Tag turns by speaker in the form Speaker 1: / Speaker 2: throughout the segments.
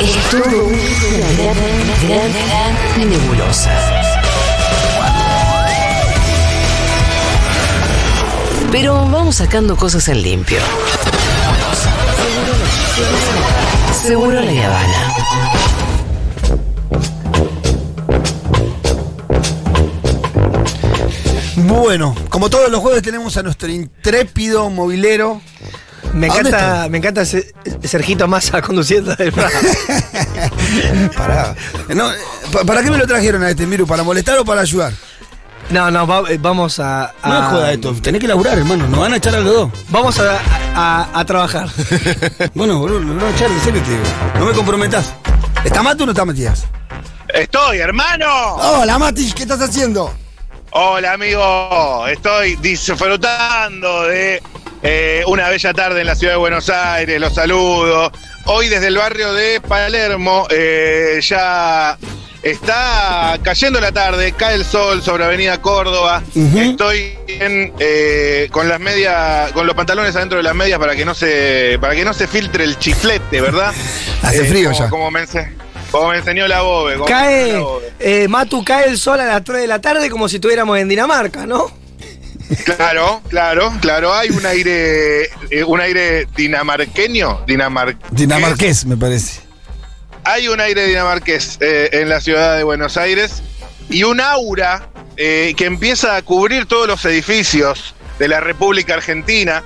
Speaker 1: Es todo una gran, gran, gran nebulosa. Pero vamos sacando cosas en limpio. Seguro la Habana.
Speaker 2: Bueno, como todos los jueves tenemos a nuestro intrépido movilero.
Speaker 3: Me
Speaker 2: ¿A dónde está?
Speaker 3: encanta, me encanta ese- Sergito Massa conduciendo el programa.
Speaker 2: Pará. No, eh, pa- ¿Para qué me lo trajeron a este Miru? ¿Para molestar o para ayudar?
Speaker 3: No, no, va- eh, vamos a.
Speaker 2: No me
Speaker 3: a-
Speaker 2: jodas esto, tenés que laburar, hermano. Nos van a echar a los dos.
Speaker 3: Vamos a, a- a trabajar.
Speaker 2: Bueno, boludo, nos van a echar, en serio te digo. No me comprometas. ¿Está Mati o no está Matías?
Speaker 4: Estoy, hermano.
Speaker 2: Hola Mati, ¿qué estás haciendo?
Speaker 4: Hola, amigo. Estoy disfrutando de eh, una bella tarde en la ciudad de Buenos Aires. Los saludo. Hoy desde el barrio de Palermo eh, ya está cayendo la tarde, cae el sol sobre Avenida Córdoba.
Speaker 2: Ujú.
Speaker 4: Estoy en, eh, con las medias, con los pantalones adentro de las medias para que no se, para que no se filtre el chiflete, ¿verdad? Eh,
Speaker 2: Hace frío
Speaker 4: como,
Speaker 2: ya.
Speaker 4: Como me, ense- como me enseñó la bobe. como me enseñó
Speaker 3: Cae,
Speaker 4: la Bobe.
Speaker 3: eh, Matu, cae el sol a las 3 de la tarde como si estuviéramos en Dinamarca, ¿no?
Speaker 4: Claro, claro, claro. Hay un aire, eh, un aire dinamarqueño, dinamarqués.
Speaker 2: Dinamarqués, me parece.
Speaker 4: Hay un aire dinamarqués eh, en la ciudad de Buenos Aires y un aura eh, que empieza a cubrir todos los edificios de la República Argentina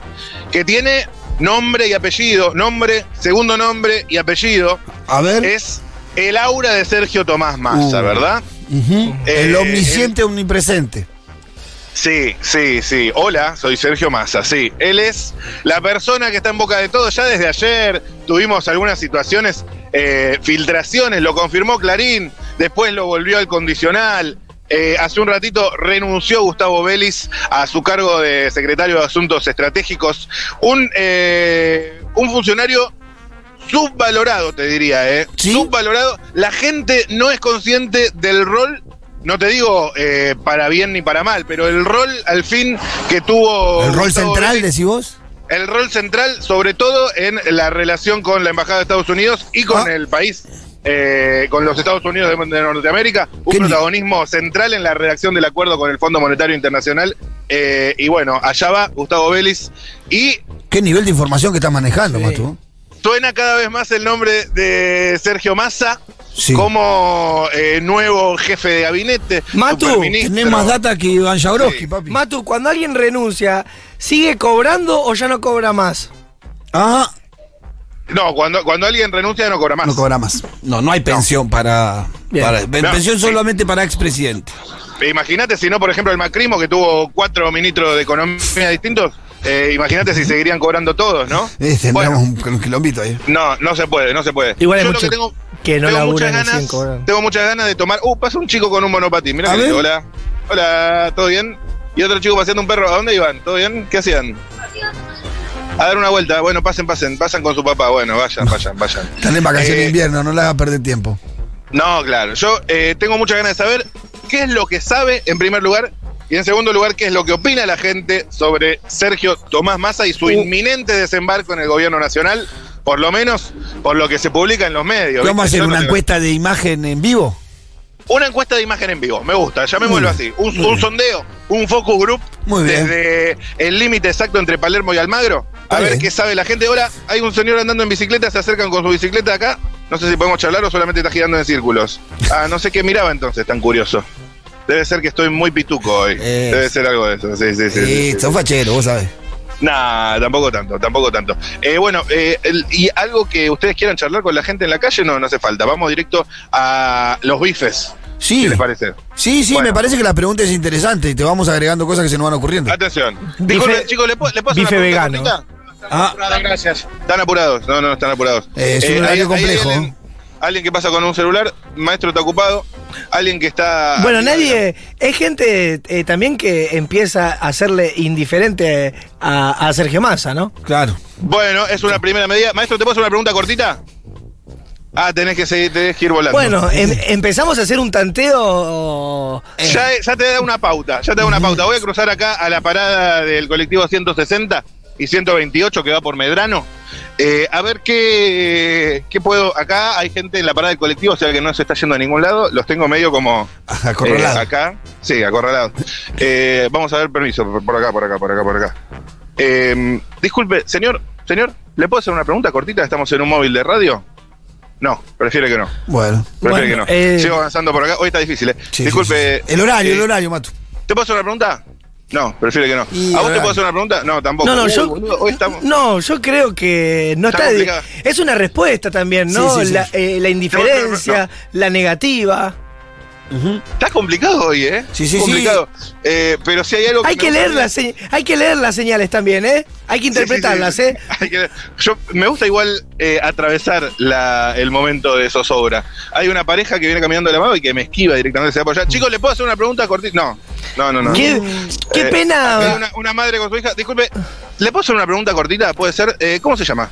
Speaker 4: que tiene nombre y apellido, nombre, segundo nombre y apellido.
Speaker 2: A ver.
Speaker 4: Es el aura de Sergio Tomás Massa,
Speaker 2: Uh.
Speaker 4: ¿verdad?
Speaker 2: Ujú.
Speaker 4: Eh,
Speaker 2: el omnisciente omnipresente.
Speaker 4: Sí, sí, sí. Hola, soy Sergio Massa, sí. Él es la persona que está en boca de todo. Ya desde ayer tuvimos algunas situaciones, eh, filtraciones, lo confirmó Clarín, después lo volvió al condicional. Eh, hace un ratito renunció Gustavo Vélez a su cargo de secretario de Asuntos Estratégicos. Un, eh, un funcionario subvalorado, te diría, ¿eh?
Speaker 2: Sí.
Speaker 4: Subvalorado. La gente no es consciente del rol, no te digo eh, para bien ni para mal, pero el rol al fin que tuvo.
Speaker 2: El rol
Speaker 4: Gustavo
Speaker 2: central,
Speaker 4: Vélez,
Speaker 2: decís vos.
Speaker 4: El rol central, sobre todo en la relación con la Embajada de Estados Unidos y con
Speaker 2: Ah.
Speaker 4: el país. eh, con los Estados Unidos de, de Norteamérica, un
Speaker 2: Qué li-
Speaker 4: protagonismo central en la redacción del acuerdo con el Fondo Monetario Internacional. eh, y bueno, allá va Gustavo Vélez. Y
Speaker 2: Qué nivel de información que estás manejando,
Speaker 3: Sí.
Speaker 2: Matu.
Speaker 4: Suena cada vez más el nombre de Sergio Massa
Speaker 2: Sí.
Speaker 4: como eh, nuevo jefe de gabinete.
Speaker 3: Matu,
Speaker 4: superministro.
Speaker 2: Tenés más data que Iván Jabrowski,
Speaker 4: Sí.
Speaker 2: papi.
Speaker 3: Matu, cuando alguien renuncia, ¿sigue cobrando o ya no cobra más?
Speaker 2: ah,
Speaker 4: No, cuando, cuando alguien renuncia no cobra más.
Speaker 2: no cobra más. No, no hay pensión para.
Speaker 3: Bien.
Speaker 2: para- Pensión solamente para expresidente.
Speaker 4: Imagínate si no, por ejemplo, el macrismo que tuvo cuatro ministros de economía distintos. eh, Imagínate si seguirían cobrando todos, ¿no?
Speaker 2: Eh, tendríamos
Speaker 4: Bueno,
Speaker 2: un, un quilombito ahí.
Speaker 4: no, no se puede, no se puede.
Speaker 3: Igual hay
Speaker 4: Yo lo
Speaker 3: muchos
Speaker 4: que tengo,
Speaker 3: que no
Speaker 4: tengo muchas
Speaker 3: laburan y
Speaker 4: ganas,
Speaker 3: siguen cobrando.
Speaker 4: tengo muchas ganas de tomar. Uh, pasa un chico con un monopatín. Mira,
Speaker 2: A ver.
Speaker 4: hola, hola, todo bien. Y otro chico paseando un perro. ¿A dónde iban? ¿Todo bien? ¿Qué hacían? A dar una vuelta. Bueno, pasen, pasen, pasan con su papá. Bueno, vayan, vayan, vayan.
Speaker 2: Están en vacaciones de
Speaker 4: Eh,
Speaker 2: invierno, no le hagas perder tiempo.
Speaker 4: No, claro. Yo eh, tengo muchas ganas de saber qué es lo que sabe, en primer lugar, y en segundo lugar, qué es lo que opina la gente sobre Sergio Tomás Massa y su inminente desembarco en el gobierno nacional, por lo menos por lo que se publica en los medios.
Speaker 2: ¿Vamos a
Speaker 4: ¿viste?
Speaker 2: hacer
Speaker 4: Yo no
Speaker 2: una
Speaker 4: tengo-
Speaker 2: encuesta de imagen en vivo?
Speaker 4: Una encuesta de imagen en vivo, me gusta, llamémoslo
Speaker 2: Muy
Speaker 4: así.
Speaker 2: bien,
Speaker 4: Un,
Speaker 2: muy
Speaker 4: un
Speaker 2: bien.
Speaker 4: sondeo, un focus group
Speaker 2: Muy bien.
Speaker 4: desde el límite exacto entre Palermo y Almagro.
Speaker 2: Está
Speaker 4: A ver
Speaker 2: bien.
Speaker 4: qué sabe la gente. Ahora hay un señor andando en bicicleta, se acercan con su bicicleta acá. No sé si podemos charlar o solamente está girando en círculos. Ah, no sé qué miraba entonces, tan curioso. Debe ser que estoy muy pituco hoy.
Speaker 2: Eh.
Speaker 4: Debe ser algo de eso. Sí, sí, sí. sí, sí,
Speaker 2: Sí,
Speaker 4: sí.
Speaker 2: Eh, sos fachero, vos sabés.
Speaker 4: Nah, tampoco tanto, tampoco tanto. Eh, bueno, eh, el- y algo que ustedes quieran charlar con la gente en la calle, no, no hace falta. Vamos directo a los bifes.
Speaker 2: Sí.
Speaker 4: ¿Qué les parece?
Speaker 2: Sí, sí,
Speaker 4: Bueno.
Speaker 2: me parece que la pregunta es interesante y te vamos agregando cosas que se nos van ocurriendo.
Speaker 4: Atención.
Speaker 3: Bife-
Speaker 4: Disculpen, chicos, ¿le puedo, ¿le puedo hacer
Speaker 3: bife
Speaker 4: una pregunta
Speaker 3: vegano.
Speaker 4: cortita?
Speaker 2: Ah.
Speaker 4: gracias. Están apurados, no, no, están apurados.
Speaker 2: Eh, es un horario complejo.
Speaker 4: alguien, alguien que pasa con un celular, maestro está ocupado, alguien que está...
Speaker 2: Ah,
Speaker 3: Bueno, nadie. Es gente eh, también que empieza a hacerle indiferente a, a Sergio Massa, ¿no?
Speaker 2: Claro.
Speaker 4: Bueno, es una primera medida. Maestro, ¿te puedo hacer una pregunta cortita? Ah, tenés que seguir, tenés que ir volando.
Speaker 3: Bueno, em- empezamos a hacer un tanteo. eh,
Speaker 4: Ya, ya te da una pauta, ya te da una pauta. Voy a cruzar acá a la parada del colectivo 160 y 128 que va por Medrano. Eh, a ver qué, qué puedo. Acá hay gente en la parada del colectivo, o sea que no se está yendo a ningún lado. Los tengo medio como.
Speaker 2: Acorralado.
Speaker 4: eh, acá. Sí, acorralado. Eh, vamos a ver, permiso. Por por acá, por acá, por acá, por acá. Eh, disculpe, señor, señor, ¿le puedo hacer una pregunta cortita? ¿Estamos en un móvil de radio? No, prefiere que no.
Speaker 2: Bueno.
Speaker 4: Prefiere
Speaker 3: Bueno,
Speaker 4: que no.
Speaker 3: eh,
Speaker 4: Sigo avanzando por acá. Hoy está difícil, ¿eh?
Speaker 2: Sí,
Speaker 4: Disculpe.
Speaker 2: sí, sí. El horario,
Speaker 4: eh,
Speaker 2: el horario, Matu.
Speaker 4: ¿Te puedo hacer una pregunta? No, prefiere que no.
Speaker 2: Y
Speaker 4: ¿A vos te
Speaker 2: horario.
Speaker 4: puedo hacer una pregunta? No, tampoco.
Speaker 3: No, no,
Speaker 4: Uy,
Speaker 3: yo,
Speaker 4: boludo, hoy estamos.
Speaker 3: no, yo creo que no
Speaker 4: Está
Speaker 3: está. de-
Speaker 4: complicado.
Speaker 3: es una respuesta también, ¿no?
Speaker 2: Sí, sí, sí.
Speaker 3: La, eh, la indiferencia, la negativa.
Speaker 4: Está complicado hoy, ¿eh?
Speaker 2: Sí, sí, sí.
Speaker 4: complicado. Eh, pero si hay algo
Speaker 3: Hay
Speaker 4: me
Speaker 3: que
Speaker 4: gusta-
Speaker 3: leer las señ- hay que leer las señales también, ¿eh? Hay
Speaker 4: Sí, sí, sí.
Speaker 3: que interpretarlas, ¿eh?
Speaker 4: Hay que leer. Yo, me gusta igual eh, atravesar la- el momento de zozobra. Hay una pareja que viene caminando de la mano y que me esquiva directamente. Se va por allá. Chicos, ¿le puedo hacer una pregunta cortita? No, no, no. no.
Speaker 3: Qué, qué
Speaker 4: Eh, hay
Speaker 3: pena.
Speaker 4: Una, una madre con su hija. Disculpe, ¿le puedo hacer una pregunta cortita? Puede ser. Eh, ¿Cómo se llama?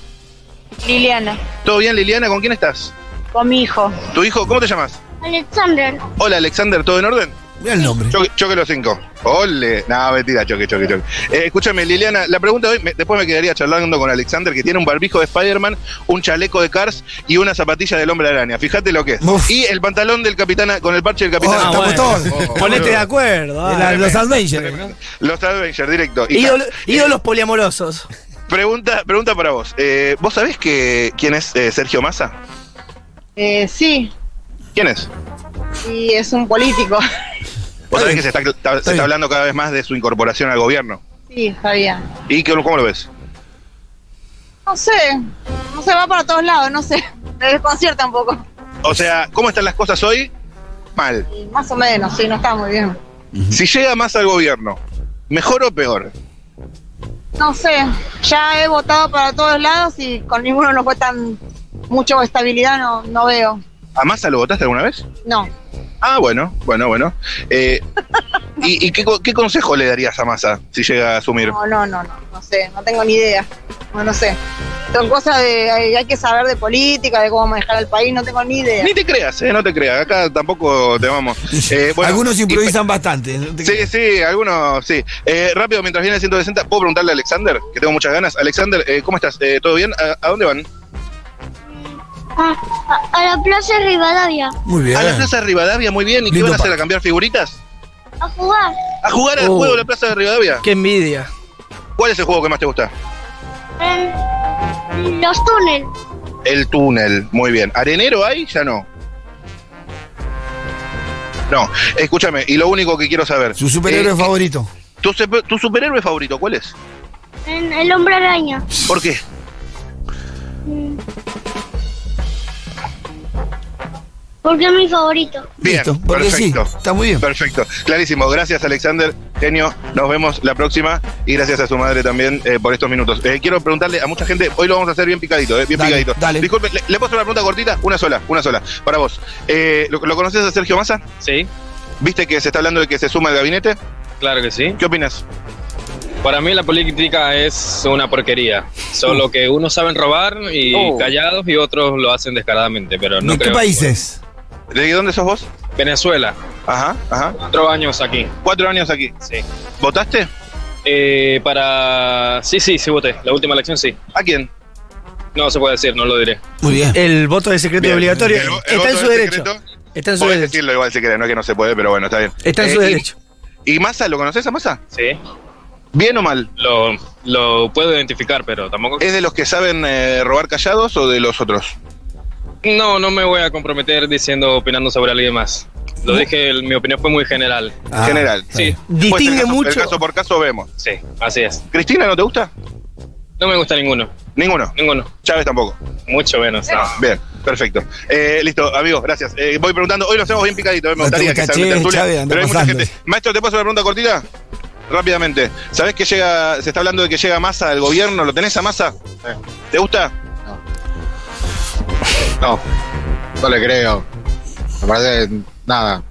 Speaker 5: Liliana,
Speaker 4: ¿Todo bien, Liliana? ¿Con quién estás?
Speaker 5: con mi hijo.
Speaker 4: ¿Tu hijo? ¿Cómo te llamas?
Speaker 5: Alexander.
Speaker 4: Hola, Alexander. ¿Todo en orden?
Speaker 2: Mira el nombre.
Speaker 4: Choque, choque los cinco. Ole. No, mentira, choque, choque, choque. Eh, escúchame, Liliana, la pregunta de hoy, me- después me quedaría charlando con Alexander, que tiene un barbijo de Spider-Man, un chaleco de Cars y una zapatilla del hombre araña. Fíjate lo que es.
Speaker 2: Uf.
Speaker 4: Y el pantalón del capitán, con el parche del capitán.
Speaker 2: Ah, estamos todos.
Speaker 4: Oh,
Speaker 3: Ponete de
Speaker 4: boludo.
Speaker 3: acuerdo.
Speaker 2: De
Speaker 3: ah.
Speaker 2: la- los Avengers. ¿no?
Speaker 4: Los Avengers, directo. Y
Speaker 3: Ídolo-
Speaker 4: ta-
Speaker 3: ídolos poliamorosos.
Speaker 4: pregunta, pregunta para vos. Eh, ¿Vos sabés que, quién es eh, Sergio Massa?
Speaker 5: Eh, sí,
Speaker 4: ¿Quién es?
Speaker 5: y es un político.
Speaker 4: Vos
Speaker 2: Está
Speaker 4: sabés
Speaker 2: bien.
Speaker 4: que se está, se está
Speaker 2: bien.
Speaker 4: hablando cada vez más de su incorporación al gobierno.
Speaker 5: Sí, sabía.
Speaker 4: ¿Y qué- cómo lo ves?
Speaker 5: No sé, no se va para todos lados, no sé. Me desconcierta un poco.
Speaker 4: O sea, ¿cómo están las cosas hoy? Mal.
Speaker 5: Y más o menos, sí, no está muy bien.
Speaker 4: Si llega más al gobierno, ¿mejor o peor?
Speaker 5: No sé, ya he votado para todos lados y con ninguno no fue tan mucho estabilidad, no, no veo.
Speaker 4: ¿A Massa lo votaste alguna vez?
Speaker 5: No.
Speaker 4: Ah, bueno, bueno, bueno. Eh, ¿Y, y qué, co- qué consejo le darías a Massa si llega a asumir?
Speaker 5: No, no, no, no, no sé, no tengo ni idea. No, no sé. Son cosas de. Hay, hay que saber de política, de cómo manejar el país, no tengo ni idea.
Speaker 4: Ni te creas, eh, no te creas, acá tampoco te vamos. Eh, bueno,
Speaker 2: Algunos
Speaker 4: y-
Speaker 2: improvisan bastante. ¿no?
Speaker 4: Sí, sí, algunos, sí. Eh, rápido, mientras viene el 160, ¿puedo preguntarle a Alexander? Que tengo muchas ganas. Alexander, eh, ¿cómo estás? Eh, ¿Todo bien? ¿A, a dónde van?
Speaker 6: A, a- a la Plaza de Rivadavia
Speaker 2: Muy bien.
Speaker 4: A la Plaza de Rivadavia, muy bien. ¿Y qué
Speaker 2: Lindo
Speaker 4: van a hacer?
Speaker 2: parque.
Speaker 4: ¿A cambiar figuritas?
Speaker 6: a jugar
Speaker 4: ¿A jugar al
Speaker 3: Oh.
Speaker 4: juego de la Plaza de Rivadavia?
Speaker 3: Qué envidia.
Speaker 4: ¿Cuál es el juego que más te gusta?
Speaker 6: en los túneles.
Speaker 4: El túnel, muy bien. ¿Arenero hay? Ya no. No, escúchame, y lo único que quiero saber.
Speaker 2: Su superhéroe
Speaker 4: eh,
Speaker 2: favorito.
Speaker 4: ¿tu, supe- tu superhéroe favorito cuál es?
Speaker 6: En el hombre araña.
Speaker 4: ¿Por qué?
Speaker 6: Porque es mi favorito.
Speaker 4: Bien,
Speaker 2: Listo. Porque
Speaker 4: perfecto.
Speaker 2: sí. Está muy bien.
Speaker 4: Perfecto, clarísimo. Gracias, Alexander. Genio, nos vemos la próxima. Y gracias a su madre también eh, por estos minutos. Eh, quiero preguntarle a mucha gente, hoy lo vamos a hacer bien picadito, eh, bien
Speaker 2: Dale,
Speaker 4: picadito.
Speaker 2: dale.
Speaker 4: Disculpe, ¿le, le puedo hacer una pregunta cortita? Una sola, una sola, para vos. Eh, ¿lo, ¿Lo conoces a Sergio Massa?
Speaker 7: Sí,
Speaker 4: ¿Viste que se está hablando de que se suma al gabinete?
Speaker 7: claro que sí.
Speaker 4: ¿Qué opinas?
Speaker 7: Para mí la política es una porquería. Solo que unos saben robar y callados y otros lo hacen descaradamente, pero no
Speaker 2: ¿De qué
Speaker 7: creo.
Speaker 2: países?
Speaker 4: ¿De dónde sos vos?
Speaker 7: Venezuela,
Speaker 4: Ajá, ajá.
Speaker 7: cuatro años aquí.
Speaker 4: Cuatro años aquí.
Speaker 7: Sí.
Speaker 4: ¿Votaste?
Speaker 7: Eh, para... Sí, sí, sí voté. La última elección sí.
Speaker 4: ¿A quién?
Speaker 7: No se puede decir, no lo diré.
Speaker 2: Muy bien.
Speaker 3: El voto de secreto
Speaker 4: Bien.
Speaker 3: obligatorio
Speaker 4: El vo- el
Speaker 3: está en
Speaker 4: voto
Speaker 3: su
Speaker 4: de
Speaker 3: derecho.
Speaker 4: secreto,
Speaker 3: Está en su
Speaker 4: Podés
Speaker 3: derecho.
Speaker 4: decirlo igual si querés, no es que no se puede, pero bueno, está bien.
Speaker 3: Está en
Speaker 4: Eh,
Speaker 3: su
Speaker 4: y-
Speaker 3: derecho.
Speaker 4: ¿Y Massa lo conoces a Massa?
Speaker 7: Sí.
Speaker 4: ¿Bien o mal?
Speaker 7: Lo, lo puedo identificar, pero tampoco...
Speaker 4: ¿Es de los que saben eh, robar callados o de los otros?
Speaker 7: No, no me voy a comprometer diciendo, opinando sobre alguien más. Lo dije, el- mi opinión fue muy general.
Speaker 2: Ah,
Speaker 4: General.
Speaker 2: está
Speaker 7: Sí,
Speaker 2: bien.
Speaker 4: Pues el
Speaker 3: Distingue
Speaker 4: caso- El
Speaker 3: mucho.
Speaker 4: caso por caso vemos.
Speaker 7: sí, así es.
Speaker 4: ¿Cristina no te gusta?
Speaker 7: No me gusta ninguno,
Speaker 4: Ninguno.
Speaker 7: ninguno.
Speaker 4: Chávez tampoco.
Speaker 7: Mucho menos. no.
Speaker 4: Ah, Bien, perfecto. Eh, listo, amigos, gracias. Eh, voy preguntando, hoy lo hacemos bien picadito, eh, me
Speaker 2: No te
Speaker 4: gustaría que
Speaker 2: gusta,
Speaker 4: se arme
Speaker 2: che,
Speaker 4: tertulia,
Speaker 2: Chávez, anda
Speaker 4: pero hay mucha
Speaker 2: pasando.
Speaker 4: gente. Maestro, ¿te paso una pregunta cortita? Rápidamente. ¿Sabés que llega, se está hablando de que llega masa al gobierno? ¿Lo tenés a masa? Eh, ¿Te gusta?
Speaker 8: No, no le creo. Me parece nada.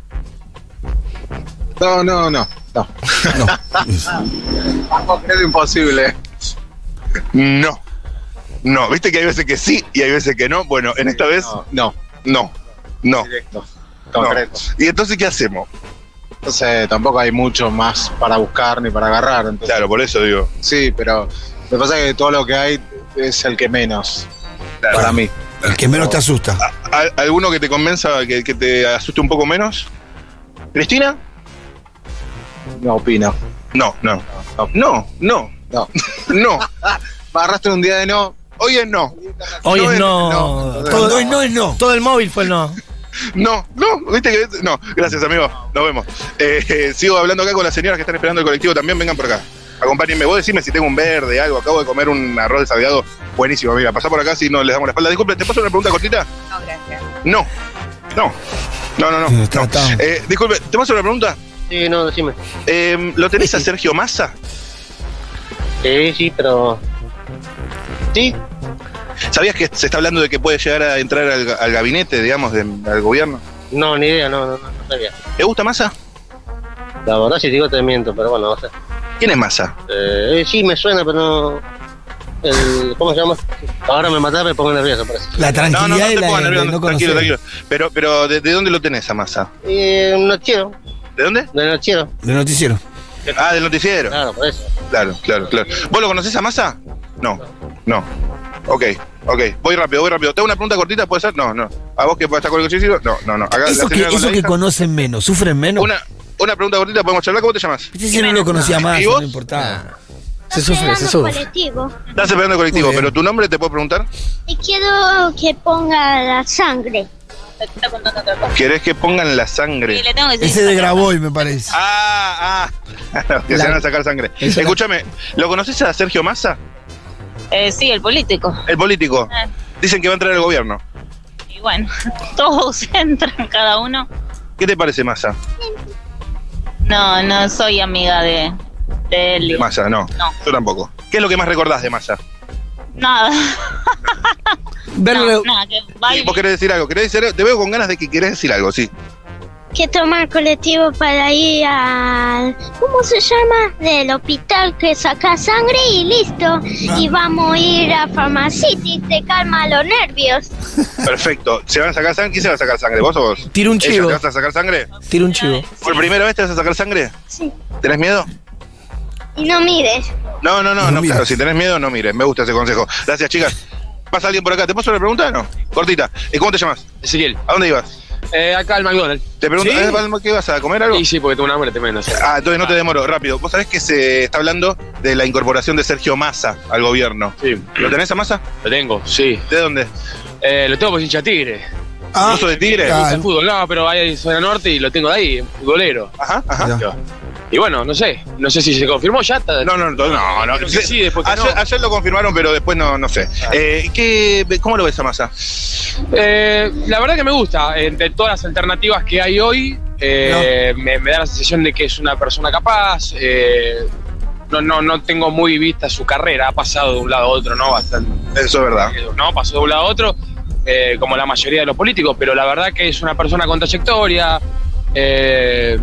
Speaker 8: No, no, no. No. no. es imposible.
Speaker 4: No. No, viste que hay veces que sí y hay veces que no. Bueno, en esta vez,
Speaker 8: No,
Speaker 4: no. No.
Speaker 8: directo.
Speaker 4: no.
Speaker 8: Concreto.
Speaker 4: ¿Y entonces qué hacemos?
Speaker 8: Entonces tampoco hay mucho más para buscar ni para agarrar. Entonces,
Speaker 4: Claro, por eso digo.
Speaker 8: Sí, pero me pasa que todo lo que hay es el que menos. Para mí.
Speaker 2: El que menos te asusta.
Speaker 4: ¿Al- ¿Alguno que te convenza, que, que te asuste un poco menos? ¿Cristina?
Speaker 8: No opino.
Speaker 4: No, no. No, no,
Speaker 8: No.
Speaker 4: no.
Speaker 8: Agarraste un día de no.
Speaker 4: Hoy es no.
Speaker 3: Hoy
Speaker 4: No
Speaker 3: es
Speaker 4: es-
Speaker 3: no.
Speaker 4: no, no,
Speaker 3: todo,
Speaker 2: Cuando es no, es no.
Speaker 3: todo el móvil fue el no.
Speaker 4: No, no, viste que. No, gracias, amigo. Nos vemos. Eh, eh, sigo hablando acá con las señoras que están esperando el colectivo también. Vengan por acá. Acompáñenme. Vos decime si tengo un verde, algo. Acabo de comer un arroz salgado. Buenísimo, amiga. Pasá por acá si no les damos la espalda. Disculpe, ¿te paso una pregunta cortita?
Speaker 5: No, gracias.
Speaker 4: No. No. No, no, no.
Speaker 2: Sí, está, está.
Speaker 4: Eh, disculpe, ¿te paso una pregunta?
Speaker 9: Sí, no, decime.
Speaker 4: Eh, ¿Lo tenés a Sergio Massa?
Speaker 9: Sí, sí, pero. Sí,
Speaker 4: ¿Sabías que se está hablando de que puede llegar a entrar al, al gabinete, digamos, de- al gobierno?
Speaker 9: no, ni idea, no, no, no, no sabía.
Speaker 4: ¿Te gusta Massa?
Speaker 9: La verdad, si digo te miento, pero bueno, no sé.
Speaker 4: ¿Quién es Massa?
Speaker 9: Eh, eh, sí, me suena, pero no. El, ¿Cómo se llama? Ahora me mataron, me pongo nervioso, parece.
Speaker 2: La
Speaker 4: No, no, no
Speaker 2: tranquilidad
Speaker 4: te
Speaker 2: de la-
Speaker 4: pongas
Speaker 2: de
Speaker 4: nervioso.
Speaker 2: no
Speaker 4: tranquilo,
Speaker 2: conocer.
Speaker 4: tranquilo. Pero, pero ¿de, de dónde lo tenés a Massa?
Speaker 9: Eh, un nochero,
Speaker 4: ¿De dónde?
Speaker 9: de nochero.
Speaker 2: De noticiero.
Speaker 4: Ah, del noticiero.
Speaker 9: Claro, por eso.
Speaker 4: Claro, claro, claro. ¿Vos lo conocés a Massa? No, no. Ok, ok. Voy rápido, voy rápido. ¿Tengo una pregunta cortita? ¿Puede ser? No, no. ¿A vos que estar con el cochecito? No, no, no. Acá la
Speaker 10: Eso que,
Speaker 4: señora con
Speaker 10: eso
Speaker 4: la
Speaker 10: que
Speaker 4: hija.
Speaker 10: conocen menos, sufren menos.
Speaker 4: una, una pregunta cortita, podemos charlar. ¿Cómo te llamas?
Speaker 10: Este sí no Ah. lo conocía
Speaker 2: Ah,
Speaker 10: más,
Speaker 4: ¿Y
Speaker 10: no
Speaker 4: vos?
Speaker 10: importaba.
Speaker 3: Se sufre, se
Speaker 6: Esperando
Speaker 3: sufre.
Speaker 6: colectivo.
Speaker 4: Estás esperando el colectivo,
Speaker 2: Muy bien.
Speaker 4: pero tu nombre te puedo preguntar.
Speaker 6: Y quiero que ponga la sangre.
Speaker 5: Te está contando otra cosa.
Speaker 4: ¿Querés que pongan la
Speaker 5: Y
Speaker 4: sangre?
Speaker 5: le tengo que decir.
Speaker 2: Ese de Graboy, me parece.
Speaker 4: Ah, ah. que se van a sacar sangre.
Speaker 3: Eso la-
Speaker 4: Escúchame, ¿lo conoces a Sergio Massa?
Speaker 5: Eh, sí, el político.
Speaker 4: El político.
Speaker 5: Ah.
Speaker 4: Dicen que va a entrar al gobierno.
Speaker 5: Y bueno, todos entran, cada uno.
Speaker 4: ¿Qué te parece Massa?
Speaker 5: No, no soy amiga de, de él.
Speaker 4: De Massa, no.
Speaker 5: No.
Speaker 4: Yo tampoco. ¿Qué es lo que más recordás de Massa?
Speaker 5: Nada.
Speaker 10: Verlo.
Speaker 5: No, nada, que baile.
Speaker 4: Vos querés decir algo, querés decir- te veo con ganas de que querés decir algo, sí.
Speaker 6: Que toma colectivo para ir al. ¿Cómo se llama? Del hospital que saca sangre y listo. Y vamos a ir a farmacity, te calma los nervios.
Speaker 4: Perfecto. ¿Se van a sacar sangre? ¿Quién se va a sacar sangre? ¿Vos o vos?
Speaker 3: Tira un
Speaker 4: ¿Ella,
Speaker 3: chivo.
Speaker 4: ¿Te vas a sacar sangre?
Speaker 3: Tira un chivo.
Speaker 4: ¿Por primera vez este? te vas a sacar sangre?
Speaker 6: Sí.
Speaker 4: ¿Tenés miedo?
Speaker 6: Y no mires.
Speaker 4: No, no,
Speaker 2: No
Speaker 4: no, no,
Speaker 2: mires.
Speaker 4: claro, si tenés miedo, no mires. Me gusta ese consejo. Gracias, chicas. ¿Pasa alguien por acá? ¿Te paso una pregunta? No. Cortita. ¿Y cómo te llamas?
Speaker 7: Ezequiel,
Speaker 4: ¿A dónde ibas?
Speaker 7: eh, acá al McDonald's.
Speaker 4: Te pregunto,
Speaker 3: Sí.
Speaker 4: ¿eh, Palma, ¿qué ibas a comer algo?
Speaker 7: Y sí, porque tengo un hambre tremenda. sí.
Speaker 4: Ah, entonces no te demoro, rápido. Vos sabés que se está hablando de la incorporación de Sergio Massa al gobierno.
Speaker 7: Sí,
Speaker 4: ¿Lo tenés a Massa?
Speaker 7: lo tengo, sí.
Speaker 4: ¿De dónde?
Speaker 7: Eh, lo tengo por hincha tigre.
Speaker 2: Ah,
Speaker 4: ¿Ruso de Tigre?
Speaker 2: Ah,
Speaker 7: Hincha de fútbol, no, pero ahí soy de norte y lo tengo de ahí, futbolero.
Speaker 4: Ajá, ajá.
Speaker 2: mirá.
Speaker 7: Yo. Y bueno, no sé, no sé si se confirmó ya. está-
Speaker 4: Ah. No, no, no, no. no.
Speaker 7: Creo que sí, después que
Speaker 4: ayer,
Speaker 7: no. Ah.
Speaker 4: ayer lo confirmaron, pero después no, no sé. Eh, ¿qué- ¿Cómo lo ves a Massa?
Speaker 7: Eh, la verdad que me gusta. Entre todas las alternativas que hay hoy, eh, me, me da la sensación de que es una persona capaz. eh, no, no, no tengo muy vista su carrera. Ha pasado de un lado a otro, ¿no? Bastante.
Speaker 4: Eso es verdad.
Speaker 7: ¿no? Pasó de un lado a otro, eh, como la mayoría de los políticos, pero la verdad que es una persona con trayectoria. eh,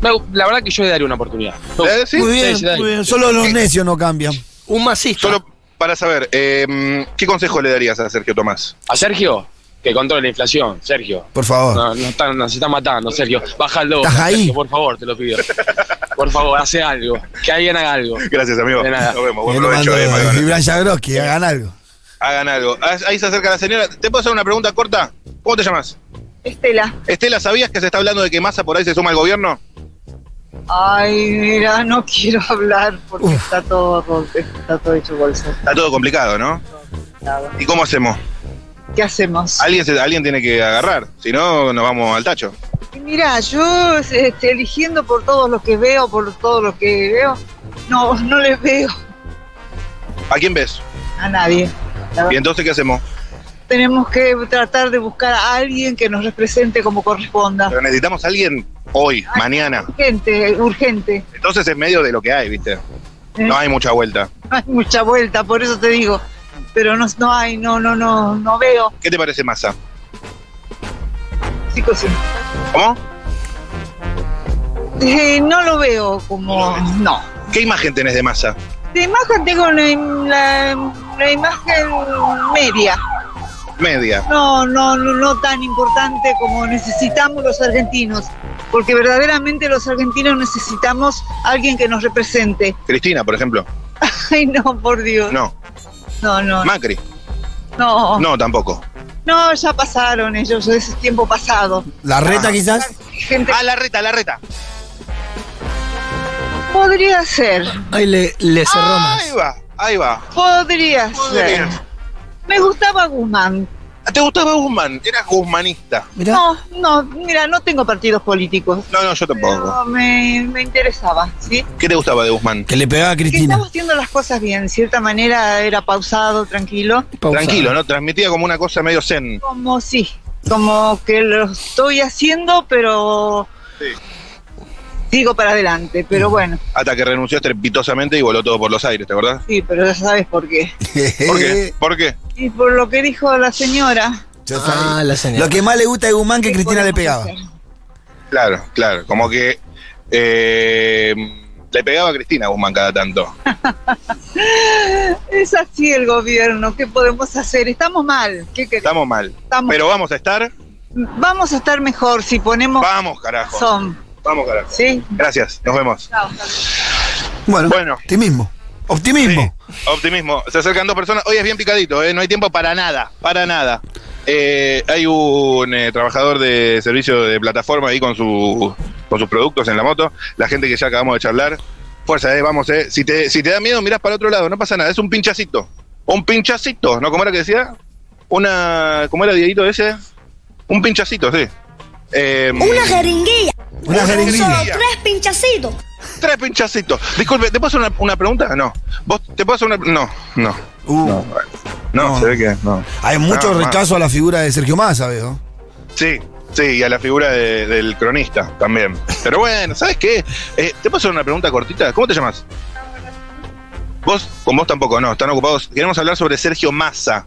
Speaker 7: me- la verdad que yo le daría una oportunidad.
Speaker 4: ¿Eh? ¿Sí?
Speaker 2: Muy bien,
Speaker 7: Sí, sí, dale.
Speaker 2: muy bien. Solo los necios no cambian.
Speaker 3: Un masista.
Speaker 4: Solo para saber, eh, ¿qué consejo le darías a Sergio Tomás?
Speaker 7: A Sergio, que controle la inflación, Sergio.
Speaker 2: Por favor.
Speaker 7: No, no están, nos están matando, Sergio. Bájalo.
Speaker 2: Oh. ¿Estás ahí?
Speaker 7: Sergio, por favor, te lo pido. Por favor, hace algo. Que alguien haga algo.
Speaker 4: Gracias, amigo.
Speaker 7: De nada.
Speaker 4: Nos vemos. Buen
Speaker 2: Yo lo
Speaker 4: provecho,
Speaker 2: mando
Speaker 4: eh,
Speaker 2: a
Speaker 4: McDonald's.
Speaker 2: Gibran Jagroski, hagan algo.
Speaker 4: Hagan algo. Ah, Ahí se acerca la señora. ¿Te puedo hacer una pregunta corta? ¿Cómo te llamas?
Speaker 5: Estela.
Speaker 4: Estela, ¿sabías que se está hablando de que Massa por ahí se suma al gobierno?
Speaker 11: Ay, mira, no quiero hablar porque está todo ro- está todo hecho bolsa.
Speaker 4: Está todo complicado, ¿no?
Speaker 11: nada.
Speaker 4: ¿Y cómo hacemos?
Speaker 11: ¿Qué hacemos?
Speaker 4: Alguien, se- alguien tiene que agarrar, si no, nos vamos al tacho.
Speaker 11: Y Mira, yo este, eligiendo por todos los que veo, por todos los que veo, no, no les veo
Speaker 4: ¿A quién ves?
Speaker 11: a nadie. La
Speaker 4: ¿Y
Speaker 11: verdad,
Speaker 4: entonces qué hacemos?
Speaker 11: Tenemos que tratar de buscar a alguien que nos represente como corresponda.
Speaker 4: Pero necesitamos a alguien hoy, mañana.
Speaker 11: Urgente, urgente.
Speaker 4: Entonces es medio de lo que hay, ¿viste?
Speaker 11: ¿eh?
Speaker 4: No hay mucha vuelta.
Speaker 11: No hay mucha vuelta, por eso te digo. Pero no, no hay, no, no, no, no veo.
Speaker 4: ¿Qué te parece Massa?
Speaker 11: Chicos, sí.
Speaker 4: ¿Cómo?
Speaker 11: Eh, no lo veo como. No.
Speaker 4: ¿Qué imagen tenés de Massa?
Speaker 11: De imagen tengo la, im- la- la imagen media,
Speaker 4: Media.
Speaker 11: no, no, no, no tan importante como necesitamos los argentinos, porque verdaderamente los argentinos necesitamos alguien que nos represente.
Speaker 4: Cristina, por ejemplo.
Speaker 11: Ay, no, por Dios.
Speaker 4: No.
Speaker 11: No, no.
Speaker 4: Macri.
Speaker 11: No,
Speaker 4: No, tampoco.
Speaker 11: no, ya pasaron ellos, es tiempo pasado.
Speaker 4: ¿La
Speaker 10: Ah.
Speaker 4: reta
Speaker 11: quizás? Gente...
Speaker 4: Ah, la reta, la reta.
Speaker 11: Podría ser,
Speaker 3: Ahí le, le cerró
Speaker 4: Ah,
Speaker 3: más.
Speaker 4: Ahí va, ahí va.
Speaker 11: podría,
Speaker 4: Podría.
Speaker 11: ser. Me gustaba Guzmán.
Speaker 4: ¿Te gustaba Guzmán? Eras guzmanista.
Speaker 11: No, no, mira, no tengo partidos políticos.
Speaker 4: No, no, yo tampoco.
Speaker 12: Oh,
Speaker 11: No, me, me interesaba, ¿sí?
Speaker 4: ¿Qué te gustaba de Guzmán?
Speaker 10: Que le pegaba a
Speaker 11: Que estaba haciendo las cosas bien, de cierta manera era pausado, tranquilo.
Speaker 4: Tranquilo, ¿no? Transmitía como una cosa medio zen.
Speaker 11: Como sí, como que lo estoy haciendo, pero sigo para adelante, pero bueno,
Speaker 4: Mm. Hasta que renunció estrepitosamente y voló todo por los aires, ¿te acordás?
Speaker 11: sí, pero ya sabes por qué.
Speaker 4: ¿Por
Speaker 2: Eh,
Speaker 4: qué? ¿Por qué?
Speaker 11: Y por lo que dijo la señora,
Speaker 10: Ah, la señora.
Speaker 2: Lo que más le gusta de Guzmán que Cristina le pegaba.
Speaker 4: Claro, claro. Como que eh, le pegaba a Cristina Guzmán cada tanto.
Speaker 11: es así el gobierno, ¿qué podemos hacer? Estamos mal, ¿qué queremos?
Speaker 4: Estamos mal.
Speaker 11: Estamos-
Speaker 4: Pero vamos a estar.
Speaker 11: Vamos a estar mejor si ponemos
Speaker 4: Vamos, carajo.
Speaker 11: razón.
Speaker 4: Vamos, carajo.
Speaker 11: Sí.
Speaker 4: Gracias, nos vemos.
Speaker 11: Chao.
Speaker 2: Bueno,
Speaker 4: Bueno.
Speaker 2: optimismo. Optimismo.
Speaker 4: Optimismo. Se acercan dos personas. Hoy es bien picadito, ¿eh? no hay tiempo para nada, para nada. Eh, hay un eh, trabajador de servicio de plataforma ahí con, su, con sus productos en la moto. La gente que ya acabamos de charlar. Fuerza, eh, vamos, eh. Si te, si te da miedo, mirás para otro lado, no pasa nada. Es un pinchacito. Un pinchacito, ¿no? ¿Cómo era que decía? Una. ¿Cómo era Dieguito ese? Un pinchacito, sí. Eh,
Speaker 13: Una jeringuilla.
Speaker 2: Una jeringuilla.
Speaker 13: Solo tres pinchacitos.
Speaker 4: Tres pinchacitos. Disculpe, ¿te puedo hacer una, una pregunta? No. ¿Vos te puedo hacer una.? No, no. no, no, se ve que no.
Speaker 2: Uh, Hay mucho
Speaker 4: No, no.
Speaker 2: rechazo a la figura de Sergio Massa, veo.
Speaker 4: Sí, sí, y a la figura de- del cronista también. Pero bueno, ¿sabes qué? Eh, ¿Te puedo hacer una pregunta cortita? ¿Cómo te llamas? Vos, con vos tampoco, no, están ocupados. Queremos hablar sobre Sergio Massa.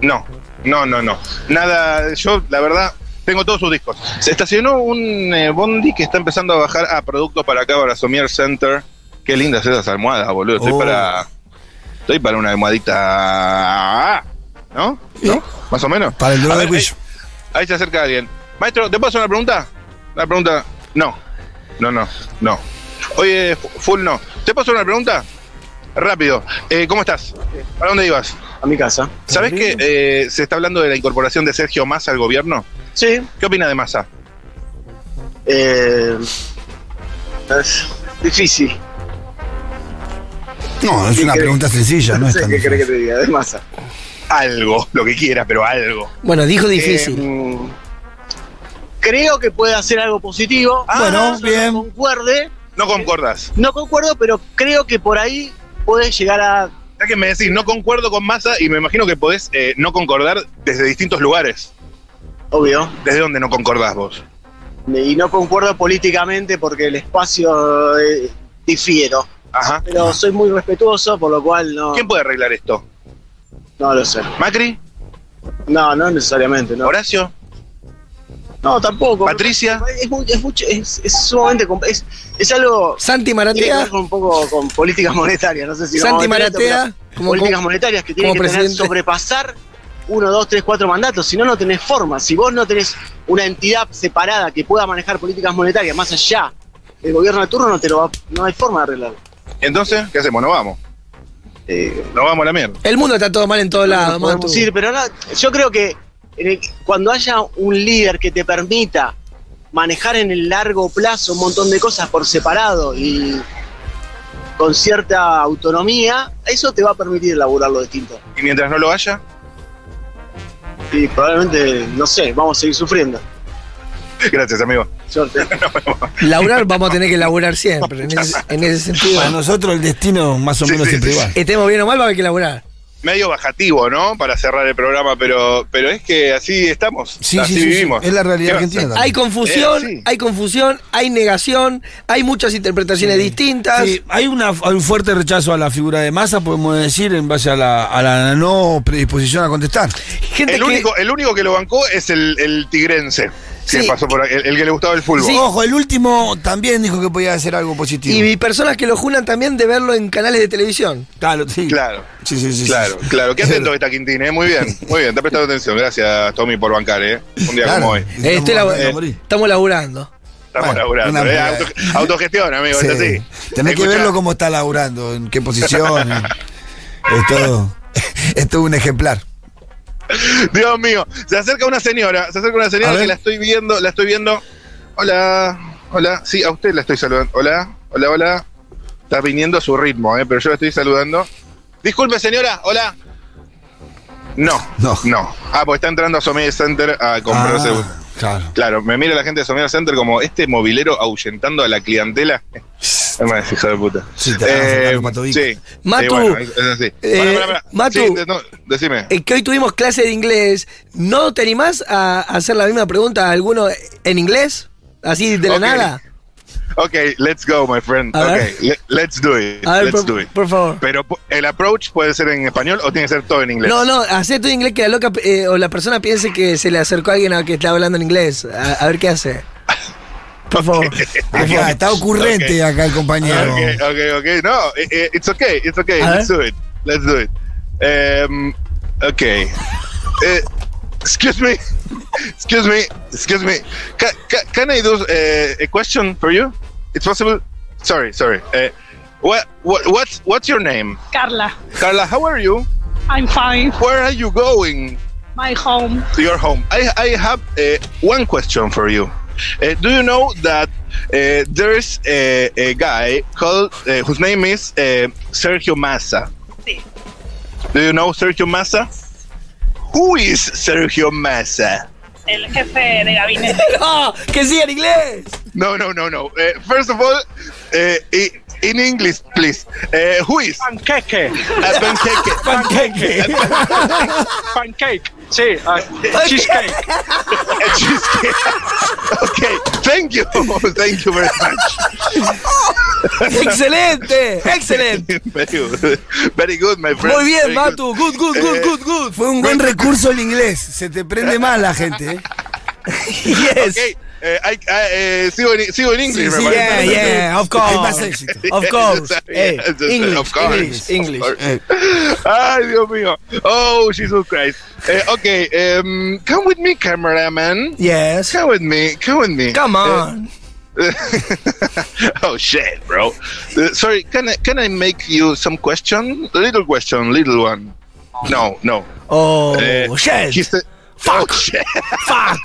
Speaker 4: No, no, no, no. Nada, yo la verdad tengo todos sus discos. Se estacionó un eh, bondi que está empezando a bajar a productos para acá, para Somier Center. Qué lindas esas almohadas, boludo. Estoy
Speaker 2: Oh.
Speaker 4: para. Estoy para una almohadita. ¿No? ¿No? ¿Más o menos?
Speaker 2: Para el
Speaker 4: A
Speaker 2: dolor de
Speaker 4: ver,
Speaker 2: cuello.
Speaker 4: Ahí se acerca alguien. Maestro, ¿te puedo hacer una pregunta? Una pregunta. No. No, no, no. Oye, fu- Full, no. ¿Te puedo hacer una pregunta? Rápido. Eh, ¿Cómo estás? ¿Para dónde ibas?
Speaker 9: A mi casa.
Speaker 4: ¿Sabés que eh, se está hablando de la incorporación de Sergio Massa al gobierno?
Speaker 9: Sí.
Speaker 4: ¿Qué opina de Massa?
Speaker 9: Eh, es difícil.
Speaker 2: No, es
Speaker 9: ¿Qué
Speaker 2: una
Speaker 9: crees?
Speaker 2: pregunta sencilla, no es
Speaker 9: sé
Speaker 2: tan
Speaker 9: ¿Qué crees que
Speaker 2: difícil.
Speaker 9: te diga? De masa.
Speaker 4: Algo, lo que quieras, pero algo.
Speaker 3: Bueno, dijo difícil.
Speaker 9: Eh, creo que puede hacer algo positivo.
Speaker 2: Bueno,
Speaker 9: Yo
Speaker 2: bien.
Speaker 9: No concuerde.
Speaker 4: No concordas.
Speaker 9: No concuerdo, pero creo que por ahí puede llegar a.
Speaker 4: Ya que me decís, no concuerdo con Massa y me imagino que podés eh, no concordar desde distintos lugares.
Speaker 9: Obvio.
Speaker 4: ¿Desde dónde no concordás vos?
Speaker 9: Y no concuerdo políticamente porque el espacio eh, difiero.
Speaker 4: Ajá.
Speaker 9: Pero
Speaker 2: Ah.
Speaker 9: soy muy respetuoso, por lo cual no,
Speaker 4: ¿Quién puede arreglar esto?
Speaker 9: no lo sé.
Speaker 4: ¿Macri?
Speaker 9: No, no necesariamente. No,
Speaker 4: ¿Horacio?
Speaker 9: no tampoco.
Speaker 4: ¿Patricia?
Speaker 9: Es, muy- es mucho- es- es sumamente. comp- Es, es algo.
Speaker 3: Santi
Speaker 9: Tiene que
Speaker 3: Maratea.
Speaker 9: ver con un poco con políticas monetarias, no sé si vamos
Speaker 3: Santi
Speaker 9: a meter esto,
Speaker 3: Maratea,
Speaker 9: pero
Speaker 3: como-
Speaker 9: políticas
Speaker 3: como-
Speaker 9: monetarias que tienen que
Speaker 3: como
Speaker 9: tener,
Speaker 3: presidente.
Speaker 9: sobrepasar uno, dos, tres, cuatro mandatos, si no, no tenés forma. Si vos no tenés una entidad separada que pueda manejar políticas monetarias más allá del gobierno de turno, no te lo va- no hay forma de arreglarlo.
Speaker 4: Entonces, ¿qué hacemos? Nos vamos.
Speaker 9: Eh,
Speaker 4: Nos vamos a la mierda.
Speaker 3: El mundo está todo mal en todos lados.
Speaker 9: podemos
Speaker 3: Matu.
Speaker 9: ir, pero ahora, yo creo que en el- cuando haya un líder que te permita manejar en el largo plazo un montón de cosas por separado y con cierta autonomía, eso te va a permitir elaborar lo distinto.
Speaker 4: Y mientras no lo haya,
Speaker 9: Y probablemente, no sé, vamos a seguir sufriendo.
Speaker 4: gracias, amigo.
Speaker 9: Suerte.
Speaker 3: Laburar, vamos a tener que laburar siempre. En ese, en ese sentido.
Speaker 2: Para nosotros el destino más o
Speaker 4: Sí,
Speaker 2: menos
Speaker 4: sí,
Speaker 2: siempre
Speaker 4: sí.
Speaker 2: igual.
Speaker 3: Estemos bien o mal, va a haber que laburar.
Speaker 4: Medio bajativo, ¿no? Para cerrar el programa, pero, pero es que así estamos.
Speaker 2: Sí,
Speaker 4: así
Speaker 2: sí, sí, sí.
Speaker 4: vivimos.
Speaker 2: Es la
Speaker 4: ¿Qué
Speaker 2: realidad
Speaker 4: va a
Speaker 2: argentina.
Speaker 4: hacer?
Speaker 2: también.
Speaker 3: Hay confusión,
Speaker 4: Eh, sí.
Speaker 3: hay confusión, hay negación, hay muchas interpretaciones distintas.
Speaker 2: Sí, hay, una, hay un fuerte rechazo a la figura de Massa, podemos decir, en base a la, a la no predisposición a contestar.
Speaker 3: Gente
Speaker 4: El
Speaker 3: que-
Speaker 4: único, el único que lo bancó es el, el tigrense. Que
Speaker 3: Sí.
Speaker 4: pasó por ahí, el, el que le gustaba el fútbol.
Speaker 2: Ojo, el último también dijo que podía hacer algo
Speaker 3: y
Speaker 2: positivo.
Speaker 3: vi personas que lo juran también de verlo en canales de televisión.
Speaker 2: Claro, sí.
Speaker 4: Claro.
Speaker 2: Sí, sí, sí, sí.
Speaker 4: Claro, claro. Qué atento que está Quintín, ¿eh? Muy bien, muy bien. Te ha prestado atención. Gracias, Tommy, por bancar, ¿eh? Un día
Speaker 2: Claro.
Speaker 4: como hoy.
Speaker 3: Eh, estoy
Speaker 2: Estamos-
Speaker 3: labu-
Speaker 2: eh, morí.
Speaker 3: Estamos laburando.
Speaker 4: Estamos
Speaker 2: Bueno,
Speaker 4: laburando,
Speaker 2: una-
Speaker 4: ¿eh? Auto- autogestión, amigo,
Speaker 2: Sí.
Speaker 4: es así.
Speaker 2: Tenés que
Speaker 4: Escuchá.
Speaker 2: verlo cómo está laburando, en qué posición. Es todo, es todo un ejemplar.
Speaker 14: Dios mío, se acerca una señora, se acerca una
Speaker 2: A
Speaker 14: señora
Speaker 2: ver.
Speaker 14: que la estoy viendo, la estoy viendo. Hola, hola, sí, a usted la estoy saludando. Hola, hola, hola. Está viniendo a su ritmo, eh, pero yo la estoy saludando. Disculpe, señora, hola. No, no, no. Ah, pues está entrando a Somedia Center a comprarse.
Speaker 2: Ah, claro.
Speaker 14: Claro, me mira la gente de Somedia Center como este mobilero ahuyentando a la clientela. Es hijo de puta.
Speaker 2: Sí, te agarras
Speaker 14: Eh,
Speaker 2: el gato, Patovic.
Speaker 14: sí.
Speaker 3: Matu,
Speaker 14: Eh, bueno, es así.
Speaker 3: eh,
Speaker 14: Pará, pará, pará.
Speaker 3: Matu.
Speaker 14: Sí, no, decime.
Speaker 3: Eh, que hoy tuvimos clase de inglés. ¿No te animás a hacer la misma pregunta a alguno en inglés? Así de la
Speaker 14: Ok.
Speaker 3: nada.
Speaker 14: Ok, let's go, my friend.
Speaker 3: A ver.
Speaker 14: ok, le- let's do it.
Speaker 3: A ver,
Speaker 14: let's
Speaker 3: por-
Speaker 14: do it.
Speaker 3: por favor.
Speaker 14: Pero pu- el approach puede ser en español o tiene que ser todo en inglés.
Speaker 3: No, no, hacer todo en inglés que la loca eh, o la persona piense que se le acercó alguien a que está hablando en inglés. A, a ver qué hace. Por favor.
Speaker 2: Acá, está ocurrente
Speaker 14: Ok.
Speaker 2: acá el compañero.
Speaker 14: Ok, ok, ok. No, eh, eh, it's okay, it's okay.
Speaker 2: A
Speaker 14: let's do it. Let's do it. Em, ok. Eh, excuse me. Excuse me. Excuse me. Can, can, can I do eh, a question for you? It's possible? Sorry, sorry. Eh, what, what, what's, what's your name?
Speaker 15: Carla,
Speaker 14: Carla, how are you?
Speaker 15: I'm fine.
Speaker 14: Where are you going?
Speaker 15: My home.
Speaker 14: to your home. I, I have uh, one question for you. Uh, do you know that uh, there's a, a guy called uh, whose name is uh, Sergio Massa? Do you know Sergio Massa? Who is Sergio Massa?
Speaker 15: El jefe de gabinete.
Speaker 3: ¡No! ¡Que siga en inglés!
Speaker 14: No, no, no, no. Uh, first of all, uh, i- in English, please. Uh, who is?
Speaker 16: Panqueque.
Speaker 14: Uh, panqueque.
Speaker 16: Pancake. Sí, ah, cheesecake.
Speaker 14: cheesecake. okay, thank you. thank you very much.
Speaker 3: Excelente, excelente.
Speaker 14: Very good. Very good, my friend.
Speaker 2: Muy bien,
Speaker 14: Very good.
Speaker 2: Matu. Good, good,
Speaker 14: Eh,
Speaker 2: good, good, good. Fue un buen recurso el inglés. Se te prende más la gente. ¿eh?
Speaker 14: Yes. Okay. eh, I, I, eh, sigo, en, sigo en inglés,
Speaker 2: Sí,
Speaker 14: me
Speaker 2: sí,
Speaker 14: parece.
Speaker 2: yeah, yeah, of course. Hay más éxito. Of course. Eh,
Speaker 14: Yes, yes,
Speaker 2: English,
Speaker 14: of course.
Speaker 2: English,
Speaker 14: English.
Speaker 2: Eh,
Speaker 14: Ay, Dios mío. Oh, Jesus Christ. Eh, okay, um, come with me, cameraman.
Speaker 3: Yes.
Speaker 14: Come with me. Come with me.
Speaker 3: Come
Speaker 14: Eh,
Speaker 3: on.
Speaker 14: oh shit, bro. Uh, sorry, can I can I make you some question? Little question, little one. No, no.
Speaker 3: Oh
Speaker 14: shit. Fuck. Eh, Oh shit.
Speaker 3: Fuck.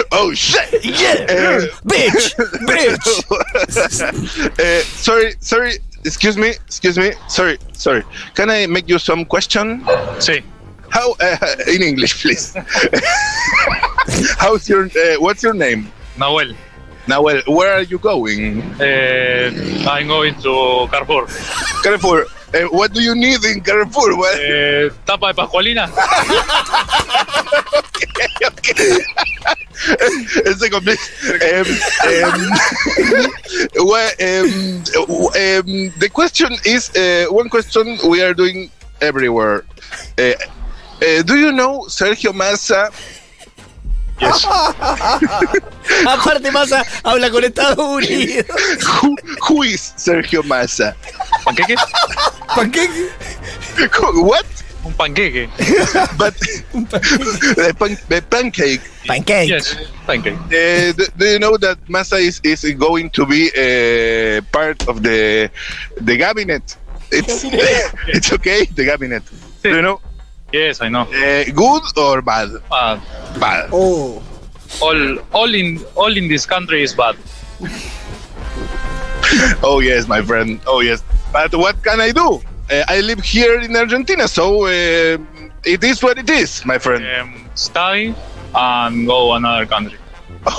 Speaker 14: oh shit.
Speaker 3: Yeah.
Speaker 14: Eh,
Speaker 3: bitch.
Speaker 14: Bitch. uh, sorry, sorry. Excuse me. Excuse me. Sorry, sorry. Can I make you some question?
Speaker 16: Sí.
Speaker 14: How uh, in English, please? How's your uh, what's your name?
Speaker 16: Nahuel.
Speaker 14: Nahuel, where are you going?
Speaker 16: Eh, I'm going to Carrefour.
Speaker 14: Carrefour. Eh, what do you need in Carrefour? What?
Speaker 16: Eh, ¿Tapa de pascualina?
Speaker 14: It's a compli- um, um, well, um, w- um, the question is uh, one question we are doing everywhere. Uh, uh, do you know Sergio Massa? Yes.
Speaker 3: Aparte, Massa habla con Estados Unidos.
Speaker 14: who, who is Sergio Massa?
Speaker 16: ¿Panqueque?
Speaker 2: ¿Panqueque?
Speaker 14: Who- What?
Speaker 16: Un panqueque.
Speaker 14: But the, pan- the pancake.
Speaker 3: Pancake.
Speaker 16: Yes, pancake.
Speaker 14: Uh, do, do you know that Massa is, is going to be uh, part of the the cabinet? It's it's okay, the cabinet. Do you know?
Speaker 16: Yes, I know.
Speaker 14: Uh, good or bad?
Speaker 16: Bad.
Speaker 14: Bad.
Speaker 3: Oh.
Speaker 16: All, all, in, all in this country is bad.
Speaker 14: Oh yes, my friend. Oh yes. But what can I do? Uh, I live here in Argentina, so uh, it is what it is, my friend.
Speaker 16: Study Em, and go another country.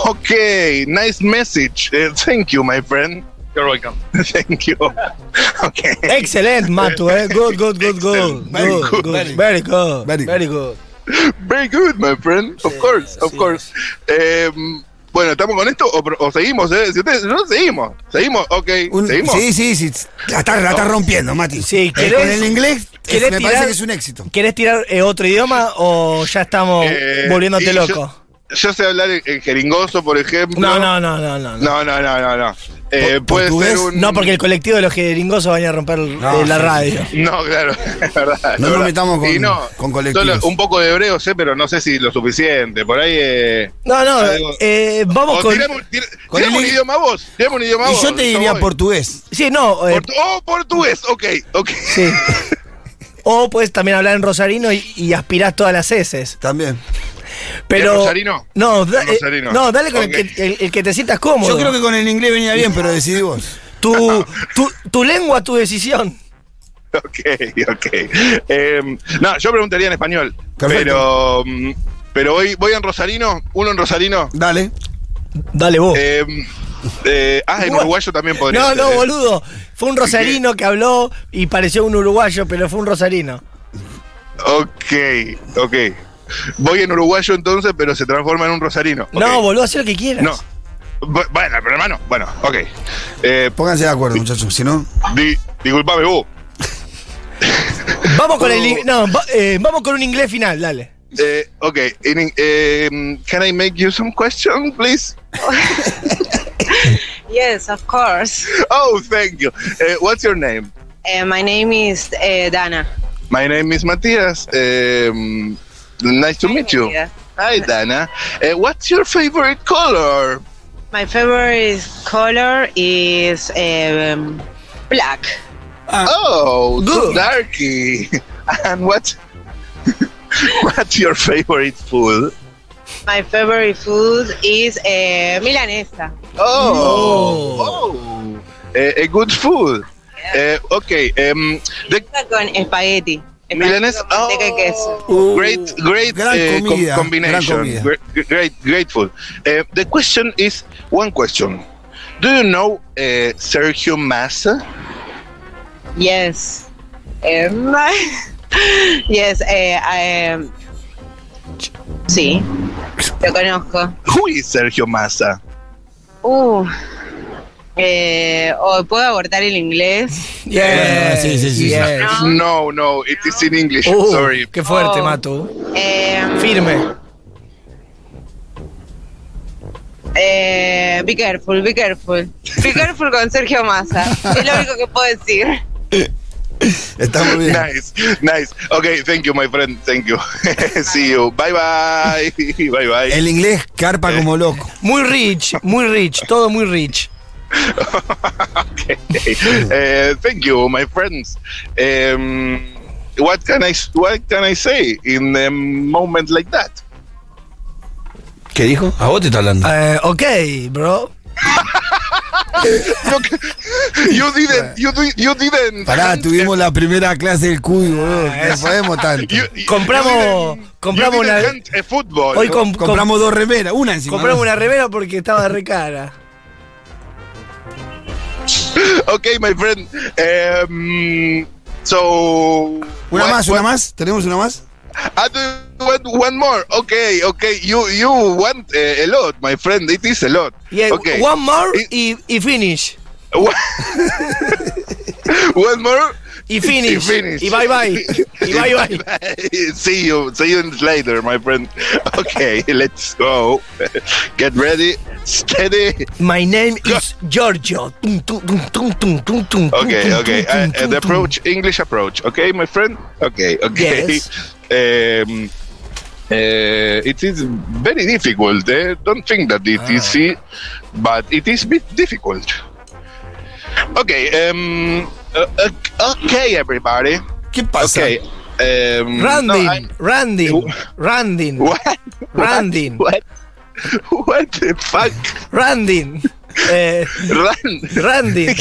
Speaker 14: Okay, nice message. Uh, thank you, my friend.
Speaker 16: You're welcome.
Speaker 14: Thank you. okay.
Speaker 3: Excelente, Matu, eh. Good, good, good, good.
Speaker 14: Very
Speaker 3: Good,
Speaker 14: good.
Speaker 3: good. Very good. Very good.
Speaker 14: Very good, my friend. Of course, of course. Em, bueno, ¿estamos con esto o, pro- o seguimos? Eh? Si ustedes, no, seguimos. Seguimos, ok.
Speaker 2: Un-
Speaker 14: seguimos.
Speaker 2: sí, sí, sí. La está, la está rompiendo, Mati.
Speaker 3: Sí,
Speaker 2: Eh,
Speaker 3: ¿querés-
Speaker 2: Con el inglés eh,
Speaker 3: ¿Querés
Speaker 2: me
Speaker 3: tirar-
Speaker 2: parece que es un éxito.
Speaker 3: ¿Querés tirar eh, otro idioma o ya estamos
Speaker 14: Eh,
Speaker 3: volviéndote
Speaker 14: y
Speaker 3: loco?
Speaker 14: Yo, yo sé hablar en, en jeringoso, por ejemplo.
Speaker 3: No, no, no, no, no.
Speaker 14: no, no, no, no, no. Eh,
Speaker 3: ¿Por-
Speaker 14: puede
Speaker 3: portugués?
Speaker 14: ser un.
Speaker 3: No, porque el colectivo de los jeringosos van a romper el-
Speaker 14: No,
Speaker 3: eh, la
Speaker 14: sí,
Speaker 3: radio.
Speaker 14: sí. No, claro, es verdad. es
Speaker 2: No nos
Speaker 14: verdad.
Speaker 2: metamos con-
Speaker 14: Y no,
Speaker 2: con colectivos.
Speaker 14: solo un poco de hebreo sé, pero no sé si lo suficiente. Por ahí. Eh,
Speaker 3: No, no, eh, vamos
Speaker 14: O
Speaker 3: con.
Speaker 14: tirame un- tir-
Speaker 3: con
Speaker 14: tirame
Speaker 3: el-
Speaker 14: un idioma vos. Tirame un idioma vos. voy.
Speaker 3: portugués. Sí, no. eh,
Speaker 14: Portu- oh, portugués, ok, ok.
Speaker 3: sí. O puedes también hablar en rosarino y, y aspirás todas las heces.
Speaker 2: También.
Speaker 3: Pero.
Speaker 14: ¿En rosarino?
Speaker 3: No, da-
Speaker 14: En
Speaker 3: eh,
Speaker 14: rosarino.
Speaker 3: no, dale con el,
Speaker 14: Ok.
Speaker 3: que, el- el que te sientas cómodo.
Speaker 2: Yo creo que con el inglés venía bien, pero decidí vos.
Speaker 3: Tu, tu, tu lengua, tu decisión.
Speaker 14: Ok, ok. Em, no, yo preguntaría en español.
Speaker 2: Perfecto.
Speaker 14: Pero. mm, Pero voy, voy en Rosarino, uno en Rosarino.
Speaker 2: Dale.
Speaker 3: Dale vos.
Speaker 14: Em, eh, ah, en uruguayo también podría
Speaker 3: Oh. No,
Speaker 14: ser,
Speaker 3: no,
Speaker 14: eh.
Speaker 3: boludo. Fue un rosarino que habló y pareció un uruguayo, pero fue un rosarino.
Speaker 14: Ok, ok. Voy en uruguayo entonces, pero se transforma en un rosarino. Ok.
Speaker 3: No, boludo, haz lo que quieras.
Speaker 14: No. Bu- Bueno, pero hermano, bueno, ok. Eh,
Speaker 2: Pónganse de acuerdo, muchachos, si no.
Speaker 14: di- disculpame vos.
Speaker 3: Vamos con el. in- No, va- eh, vamos con un inglés final, dale.
Speaker 14: Eh, ok, in, em, can I make you some question, please?
Speaker 12: Yes, of course.
Speaker 14: Oh, thank you. Eh, what's your name?
Speaker 12: Uh, my name is uh, Dana.
Speaker 14: My name is Matthias. Em, nice to meet you.
Speaker 12: Matthias.
Speaker 14: Hi, Dana. Eh, what's your favorite color?
Speaker 12: My favorite color is um, black.
Speaker 14: oh,
Speaker 12: good.
Speaker 14: good. darky. And what? what's your favorite food?
Speaker 12: My favorite food is uh, milanesa.
Speaker 14: Oh, Eh, a good food. Eh, okay. Um, the
Speaker 12: Con espagueti.
Speaker 14: Milanesa- oh,
Speaker 12: Espagueti con manteca
Speaker 4: Oh.
Speaker 12: y queso.
Speaker 14: great, great
Speaker 2: Uh, Gran
Speaker 14: eh, com-
Speaker 2: comida, gran
Speaker 14: combination.
Speaker 2: comida.
Speaker 14: Gre- Great, great food. Eh, the question is one question. Do you know eh, Sergio Massa?
Speaker 12: Yes. Um, yes, eh, I, um, sí. Lo conozco.
Speaker 14: Who is Sergio Massa?
Speaker 12: Uh. Eh, ¿O puedo abortar el inglés?
Speaker 3: Yeah. Sí, sí, sí.
Speaker 14: No, no, it is in English.
Speaker 3: Uh,
Speaker 14: Sorry.
Speaker 3: Qué fuerte,
Speaker 12: Oh.
Speaker 3: Mato.
Speaker 12: Eh,
Speaker 3: Firme.
Speaker 12: Eh, be careful, be careful. Be careful con Sergio Massa. Es lo único que puedo decir.
Speaker 2: Está muy bien.
Speaker 14: Nice, nice. Okay, thank you, my friend. Thank you. See you. Bye bye. bye bye.
Speaker 2: El inglés carpa como loco.
Speaker 3: Muy rich, muy rich, todo muy rich.
Speaker 14: Eh, thank you, my friends. Um, what can I what can I say in a moment like that?
Speaker 2: ¿Qué dijo? A vos te está hablando.
Speaker 3: Eh, ok, bro.
Speaker 14: You didn't. You, di- you didn't.
Speaker 2: Pará, tuvimos la primera clase del cuy, boludo.
Speaker 3: Ah,
Speaker 2: No podemos tanto.
Speaker 3: Compramos. Compramos
Speaker 14: you didn't
Speaker 3: una.
Speaker 14: hunt a football.
Speaker 3: Hoy com-
Speaker 2: Compramos
Speaker 3: com-
Speaker 2: dos remeras, una encima.
Speaker 3: Compramos
Speaker 2: ¿no?
Speaker 3: una remera porque estaba re cara.
Speaker 14: okay, my friend. Um, so.
Speaker 2: Una
Speaker 14: what-
Speaker 2: más,
Speaker 14: what-
Speaker 2: una más. ¿Tenemos una más?
Speaker 14: I do you want one more. Okay, okay. You you want uh, a lot, my friend. It is a lot.
Speaker 3: Yeah,
Speaker 14: okay.
Speaker 3: One more
Speaker 14: It-
Speaker 3: y, y finish.
Speaker 14: one, one more.
Speaker 3: Y finish.
Speaker 14: Y finish.
Speaker 3: Y bye bye. Y bye bye.
Speaker 14: see you. See you later, my friend. Okay, let's go. Get ready. Steady.
Speaker 3: My name is Giorgio. Tum, tum, tum, tum, tum, tum, tum,
Speaker 14: Okay,
Speaker 3: tum,
Speaker 14: okay. Uh,
Speaker 3: tum, tum,
Speaker 14: uh,
Speaker 3: tum,
Speaker 14: the
Speaker 3: tum.
Speaker 14: approach, English approach. Okay, my friend. Okay, okay.
Speaker 3: Yes.
Speaker 14: Um, uh, it is very difficult. Eh? Don't think that
Speaker 2: Ah.
Speaker 14: it is easy, but it is bit difficult. Okay. Um, uh, uh, okay, everybody.
Speaker 2: ¿Qué pasa?
Speaker 14: Okay. Um, no,
Speaker 3: Randin,
Speaker 14: I'm-
Speaker 3: Randin, Randin,
Speaker 14: What?
Speaker 3: Randin,
Speaker 14: What? What the fuck?
Speaker 3: Randin, eh,
Speaker 14: Run.
Speaker 3: Randin,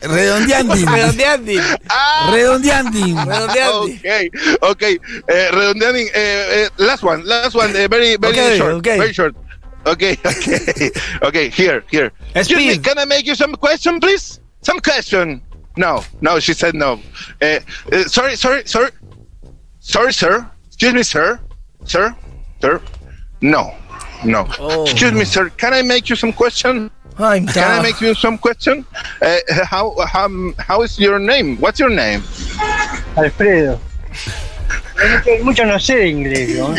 Speaker 2: Redondeandin.
Speaker 3: Redondeandin, Ah.
Speaker 2: Redondeandin.
Speaker 3: Redondeandin.
Speaker 14: Okay, okay. Eh, redondeando, eh, eh, last one, last one. eh, very, very
Speaker 3: Okay,
Speaker 14: short.
Speaker 3: okay.
Speaker 14: Very short. Okay, okay, okay. Here, here. Excuse me,
Speaker 3: Speed.
Speaker 14: can I make you some question, please? Some question. No, no. She said no. Eh, eh, sorry, sorry, sorry, sorry, sir. Excuse me, sir, sir, sir. No, no.
Speaker 3: Oh.
Speaker 14: Excuse me, sir. Can I make you some question?
Speaker 3: I'm
Speaker 14: Can I
Speaker 3: tough.
Speaker 14: make you some question? um, Uh, how how how is your name? What's your name?
Speaker 17: Alfredo.
Speaker 16: mucho, mucho no sé de inglés, ¿no?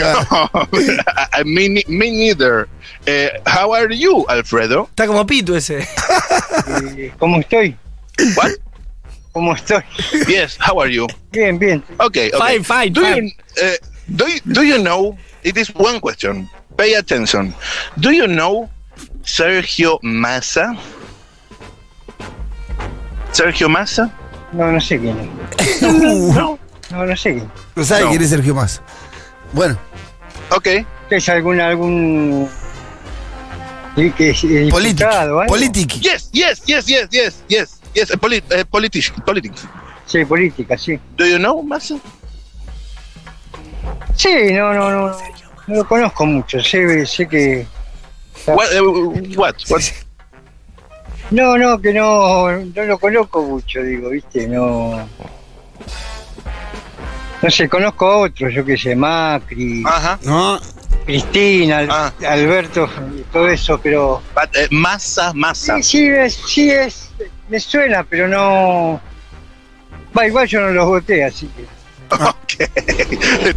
Speaker 14: I- me, ni- me neither. Eh, how are you, Alfredo?
Speaker 3: Está como Pitu ese.
Speaker 16: Eh, ¿Cómo estoy?
Speaker 14: What?
Speaker 16: ¿Cómo estoy?
Speaker 14: Yes, how are you?
Speaker 16: Bien, bien.
Speaker 14: Okay, okay.
Speaker 16: Fine, fine,
Speaker 14: Do
Speaker 16: fine.
Speaker 14: you uh, do you, do you know? It is one question. Pay attention. Do you know Sergio Massa? Sergio Massa?
Speaker 16: No, no sé quién es. No, no sé quién.
Speaker 2: No sabe
Speaker 16: No.
Speaker 2: quién es Sergio Massa. Bueno.
Speaker 14: Ok.
Speaker 16: ¿Es algún algún sí, que es, eh, diputado o algo?
Speaker 14: Yes, yes, yes, yes, yes, yes, yes. Uh, polit uh, politics, politics.
Speaker 16: Sí, política, sí.
Speaker 14: Do you know Massa?
Speaker 16: Sí, no, no, no. No lo conozco mucho, sé, sé que.
Speaker 14: What, uh, what? What?
Speaker 16: No, no, que no, no lo conozco mucho, digo, viste, no. No sé, conozco a otros, yo qué sé, Macri,
Speaker 4: Ah.
Speaker 16: Cristina, Al- Alberto, todo eso, pero.
Speaker 14: But, uh, Massa, Massa.
Speaker 16: Sí, sí, es, sí, es, me suena, pero no. Va, igual yo no los voté, así que.
Speaker 14: Ok.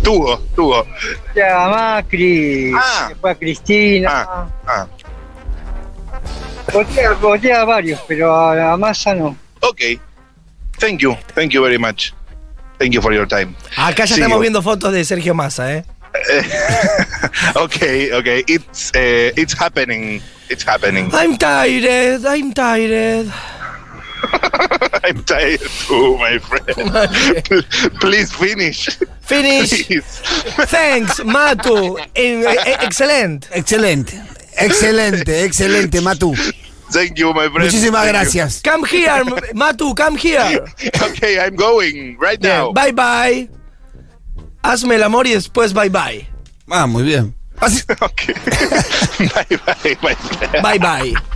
Speaker 14: tuvo, tuvo.
Speaker 16: Ya, a Macri,
Speaker 14: Ah.
Speaker 16: después a Cristina.
Speaker 14: Ah, ah.
Speaker 16: Voté, a- voté a varios, pero a, a Massa no.
Speaker 14: Okay. Thank you. Thank you very much. Thank you for your time.
Speaker 3: Acá ya
Speaker 14: Sí,
Speaker 3: estamos
Speaker 14: o-
Speaker 3: viendo fotos de Sergio Massa, ¿eh?
Speaker 14: okay, okay. It's uh, it's happening. It's happening.
Speaker 3: I'm tired, I'm tired.
Speaker 14: I'm tired too, my friend. Please finish.
Speaker 3: Finish.
Speaker 14: Please.
Speaker 3: Thanks, Matu. Eh, eh, Excelente.
Speaker 2: Excelente. Excelente, excelente, Matu.
Speaker 14: Thank you, my friend.
Speaker 2: Muchísimas
Speaker 14: Thank you.
Speaker 2: gracias.
Speaker 3: Come here, Matu, come here.
Speaker 14: Okay, I'm going right now.
Speaker 3: Bye bye. Hazme el amor y después bye bye.
Speaker 2: Ah, muy bien.
Speaker 14: Bye bye, my friend.
Speaker 3: Bye bye.